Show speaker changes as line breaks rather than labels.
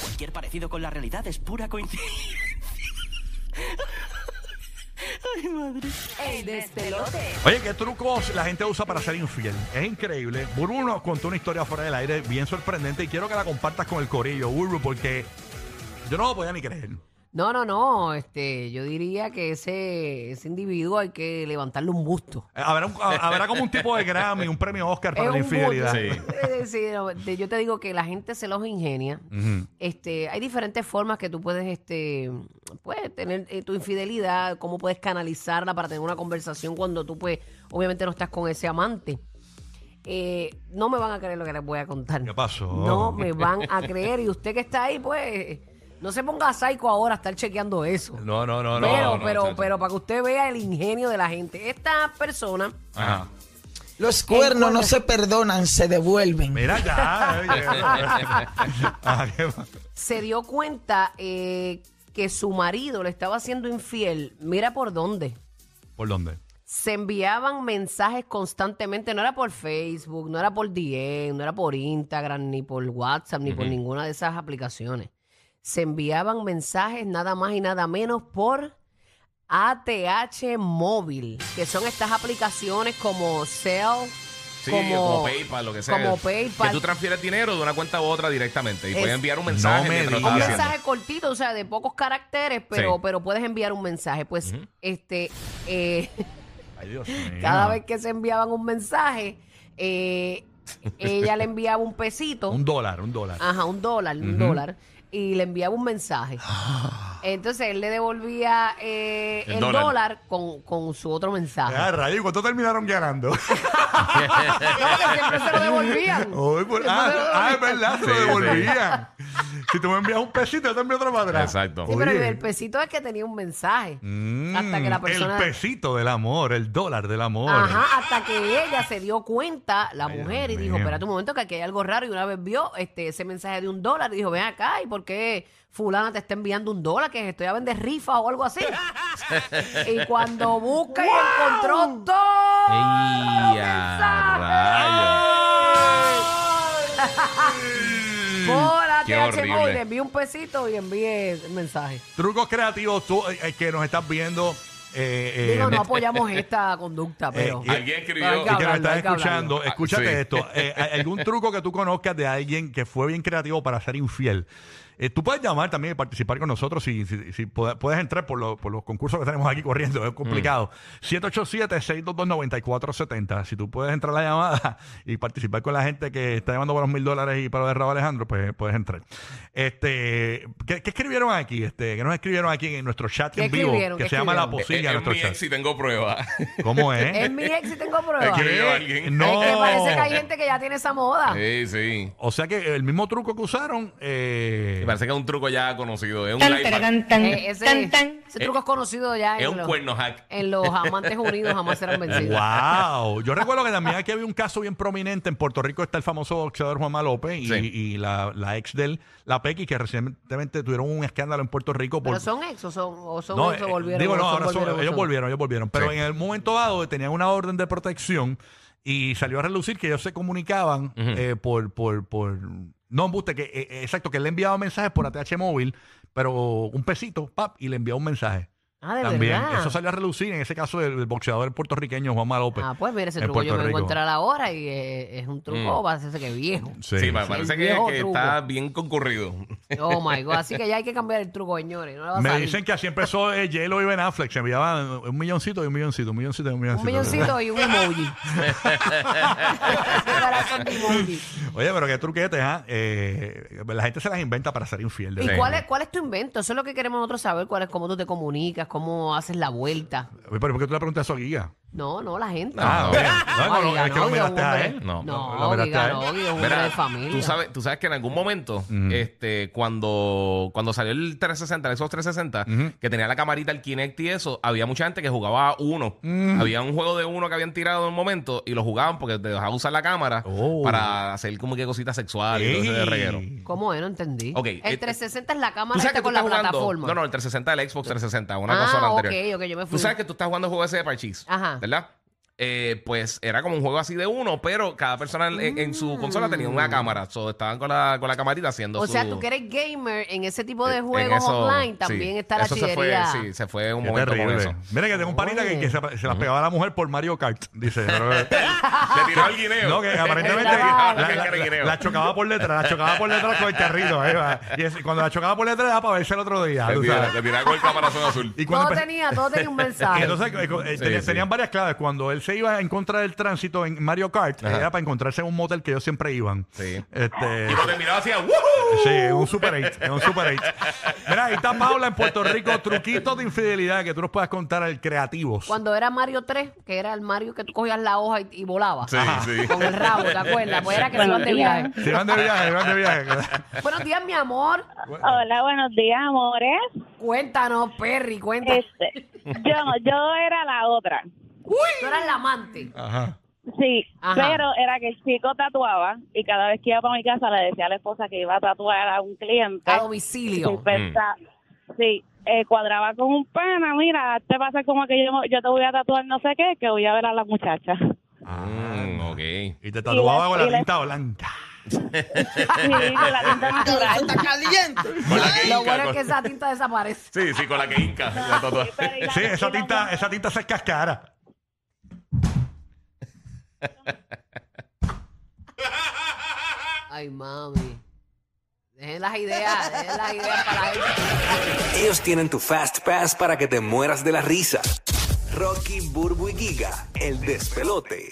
Cualquier parecido con la realidad es pura coincidencia. Ay, madre.
El despelote.
Oye, ¿qué trucos la gente usa para ser infiel? Es increíble. Burbu nos contó una historia fuera del aire bien sorprendente y quiero que la compartas con el corillo, Burbu, porque yo no lo podía ni creer.
No, no, no. Este, yo diría que ese, ese individuo hay que levantarle un busto.
Eh, Habrá, un- ha- habrá como un tipo de Grammy, un premio Oscar para
Es
la
un
infidelidad.
busto. Eh, sí, no, te- yo te digo que la gente se los ingenia.
Ujú.
Este, hay diferentes formas que tú puedes, este, puedes tener eh, tu infidelidad, cómo puedes canalizarla para tener una conversación cuando tú, pues, obviamente no estás con ese amante. Eh, no me van a creer lo que les voy a contar.
¿Qué pasó?
No me van a creer. Y usted que está ahí, pues, no se ponga psycho ahora a estar chequeando eso.
No, no, no, no.
pero,
no,
pero,
chacho.
pero para que usted vea el ingenio de la gente. Esta persona,
Ajá.
Los cuernos
cuerno.
no se perdonan, se devuelven.
Mira ya. oye. Ah, qué va-
se dio cuenta eh, que su marido le estaba haciendo infiel. Mira por dónde.
¿Por dónde?
Se enviaban mensajes constantemente, no era por Facebook, no era por DM, no era por Instagram, ni por WhatsApp, ni por ninguna de esas aplicaciones. Se enviaban mensajes nada más y nada menos por ATH móvil, que son estas aplicaciones como Cell,
Sí, como, PayPal, lo que sea.
como PayPal.
Que tú transfieres dinero de una cuenta a otra directamente y
Es-
puedes enviar un mensaje
No me
mientras
digas.
lo
un
estás
mensaje
haciendo.
cortito, o sea, de pocos caracteres, pero,
Sí.
pero puedes enviar un mensaje. Pues, este, eh,
Ay, Dios mío.
cada vez que se enviaban un mensaje, eh, ella le enviaba un pesito,
Un dólar, un dólar.
ajá, un dólar, un dólar, y le enviaba un mensaje.
Ah.
Entonces él le devolvía eh, el,
El
dólar,
dólar.
con, con su otro mensaje.
Ah, rayo, ¿y cuánto terminaron ganando?
No, porque siempre se lo devolvían.
Ay, por- ah,
Siempre se lo
ah, es verdad, se lo
Sí, sí.
devolvían. Si tú me envías un pesito, yo te envío otro para atrás.
Exacto.
Sí, pero
Oye.
el pesito es que tenía un mensaje. hasta que la
Mm,
persona.
El pesito del amor, el dólar del amor.
Ajá, hasta que ella se dio cuenta, la mujer, y
Dios
dijo,
mío.
espérate un momento, que aquí hay algo raro. Y una vez vio este, ese mensaje de un dólar y dijo, ven acá, ¿y por qué fulana te está enviando un dólar? Que estoy a vender rifa o algo así. y cuando busca y encontró todo
¡Ey,
el mensaje
a
por
Qué
ATH
horrible.
móvil, le envié un pesito y envié el mensaje.
Trucos creativos tú, eh, eh, que nos estás viendo. eh, eh,
Digo, no apoyamos esta conducta, pero...
Eh,
rayos! Alguien
Ay,
escribió.
y que nos
hablarlo,
estás
hay que hablarlo.
escuchando,
Ah,
escúchate
sí.
esto. Eh, hay algún truco que tú conozcas de alguien que fue bien creativo para ser infiel. Eh, tú puedes llamar también y participar con nosotros si, si- si puede- puedes entrar por, lo- por los concursos que tenemos aquí corriendo, es complicado.
Mm.
787-622-9470. Si tú puedes entrar a la llamada y participar con la gente que está llamando para los mil dólares y para lo de Raúl Alejandro, pues puedes entrar. Este, ¿qué, qué escribieron aquí? Este, ¿Qué nos escribieron aquí en nuestro chat
¿Qué
en vivo?
escribieron?
Que
¿Qué
se llama La
escribieron?
Es, es
Posilla, nuestro
mi
chat.
ex y tengo pruebas.
¿Cómo es?
es mi ex y tengo pruebas.
Es
Es
que-
que
escribió alguien.
No.
parece que
Eh.
hay gente que ya tiene esa moda. Eh,
sí, sí.
O sea que el mismo truco que usaron. Eh,
Me parece que es un truco ya conocido. Es un
Tan,
life hack.
tararán, tan,
Eh, ese,
tan, tan.
ese truco es conocido ya
Es
en,
un
los,
cuerno hack.
en los amantes unidos, jamás serán vencidos.
¡Wow! Yo recuerdo que también aquí había un caso bien prominente. En Puerto Rico está el famoso boxeador Juanma López y,
Sí.
y la, la ex de él, la Pequi, que recientemente tuvieron un escándalo en Puerto Rico.
Pero son ex o son, o son
No,
ex o
eh,
volvieron.
digo,
o
no,
son
ahora son-
o
ellos
son.
volvieron, ellos volvieron. Pero
Sí.
en el momento dado tenían una orden de protección y salió a relucir que ellos se comunicaban eh, por, por, por. No, embuste, que eh, eh, exacto, que él le enviaba mensajes por ATH móvil, pero un pesito, pap, y le enviaba un mensaje.
Ah, de
También,
verdad.
eso salió a relucir en ese caso del, del boxeador puertorriqueño Juanma López.
Ah, pues mira, ese
en
truco yo
Puerto
me voy
Rico.
a encontrar ahora y eh, es un truco,
Mm.
parece que viejo.
Sí.
Sí, me parece
El
que,
viejo
que
truco.
está bien concurrido.
Oh my god, así que ya hay que cambiar el truco, señores. No le va a
Me
salir.
dicen que así empezó eh, J-Lo y Ben Affleck. Se enviaban un milloncito y un milloncito, un milloncito y un milloncito.
un milloncito y un emoji. Ese corazón de emoji.
Oye, pero qué truquetes, ¿ah? Eh, la gente se las inventa para ser infiel. de
¿Y
verdad.
cuál es, cuál es tu invento? Eso es lo que queremos nosotros saber, cuál es cómo tú te comunicas, cómo haces la vuelta.
Oye, pero ¿por qué tú le preguntas eso a Giga?
No, no, la gente.
Ah,
ok.
No,
no, no,
diga,
es que
no,
lo
diga,
miraste a
hombre.
él.
No,
No,
lo miraste
diga,
a
no,
él.
diga, un hombre
Mira,
de familia.
Tú sabes, tú sabes que en algún momento, este, cuando, cuando salió el 360, el Xbox 360, que tenía la camarita, el Kinect y eso, había mucha gente que jugaba a uno. Había un juego de uno que habían tirado en un momento y lo jugaban porque te dejaban usar la cámara
Oh.
para hacer como que cositas sexuales y todo ese
Ey.
de reguero.
¿Cómo es? No entendí.
Ok,
el
eh,
360 es la
Tú
cámara
sabes
esta
que tú
con la
estás jugando.
plataforma.
No, no, el 360 del Xbox 360, una
Ah,
consola
ok,
anterior.
ok, yo me fui.
Tú sabes que tú estás jugando el juego ese de Parchís,
Ajá.
¿verdad? eh, pues era como un juego así de uno, pero cada persona en, en su consola tenía una cámara. So, estaban con la, con la camarita haciendo
Mm. O
su- Eh,
sea, tú que eres gamer en ese tipo de
en
juegos
eso,
online
sí.
también está la
Eso se fue,
chillería.
sí, se fue un
Qué
momento Mm. con
terrible.
eso.
Mira que tengo un panita que, que se, se las pegaba a la mujer por Mario Kart, dice.
Le tiró al guineo.
No, que aparentemente
Le tiraba
la,
a la
la-
cara de
la-
guineo.
la chocaba por detrás, la chocaba por detrás con el carrito. ahí va. Y es- cuando la chocaba por detrás era para verse el otro día.
Le
tú
tiraba-
sabes.
le tiraba con el caparazón azul.
Y cuando
Todo
empe-
tenía, todo tenía un
y
mensaje.
entonces eh, co- eh,
Sí,
tenía-
sí.
tenían varias claves. Cuando él se iba en contra del tránsito en Mario Kart,
Ajá.
era para encontrarse en un motel que ellos siempre iban.
Sí.
Este,
Y lo terminaba así, ¡woohoo!
Sí, es un Super 8. Es un Super 8. Mira, ahí está Paula en Puerto Rico. Truquitos de infidelidad que tú nos puedas contar al Creativos.
Cuando era Mario 3, que era el Mario que tú cogías la hoja y, y volabas.
Sí, sí.
Con el rabo, ¿te acuerdas? Pues era que se iban
Buenos
de
días.
viaje.
Se van de viaje, se van de viaje.
Buenos días, mi amor.
Hola, buenos días, amores.
Cuéntanos, Perry, cuéntanos.
Este, yo, yo era la otra.
Tú eras la amante.
Ajá.
Sí,
Ajá.
pero era que el chico tatuaba y cada vez que iba para mi casa le decía a la esposa que iba a tatuar a un cliente.
A
Y
domicilio.
pensaba- Sí, eh, cuadraba con un pana, mira, te pasa como que yo, yo te voy a tatuar no sé qué, que voy a ver a la muchacha.
Mm,
Ah,
ok.
Y te tatuaba con
Y
la
la-
tinta blanca.
Sí, con la tinta natural.
Está caliente.
Con la que
Lo
hinca,
bueno es
con-
que esa tinta desaparece.
Sí, sí, con la que hinca. la tatuaje.
Pero y la-
Sí,
y
esa
la-
tinta, esa tinta se cascara.
Ay, mami. Dejen las ideas, dejen las ideas para ellos.
Ellos tienen tu Fast Pass para que te mueras de la risa. Rocky, Burbu y Giga, el despelote.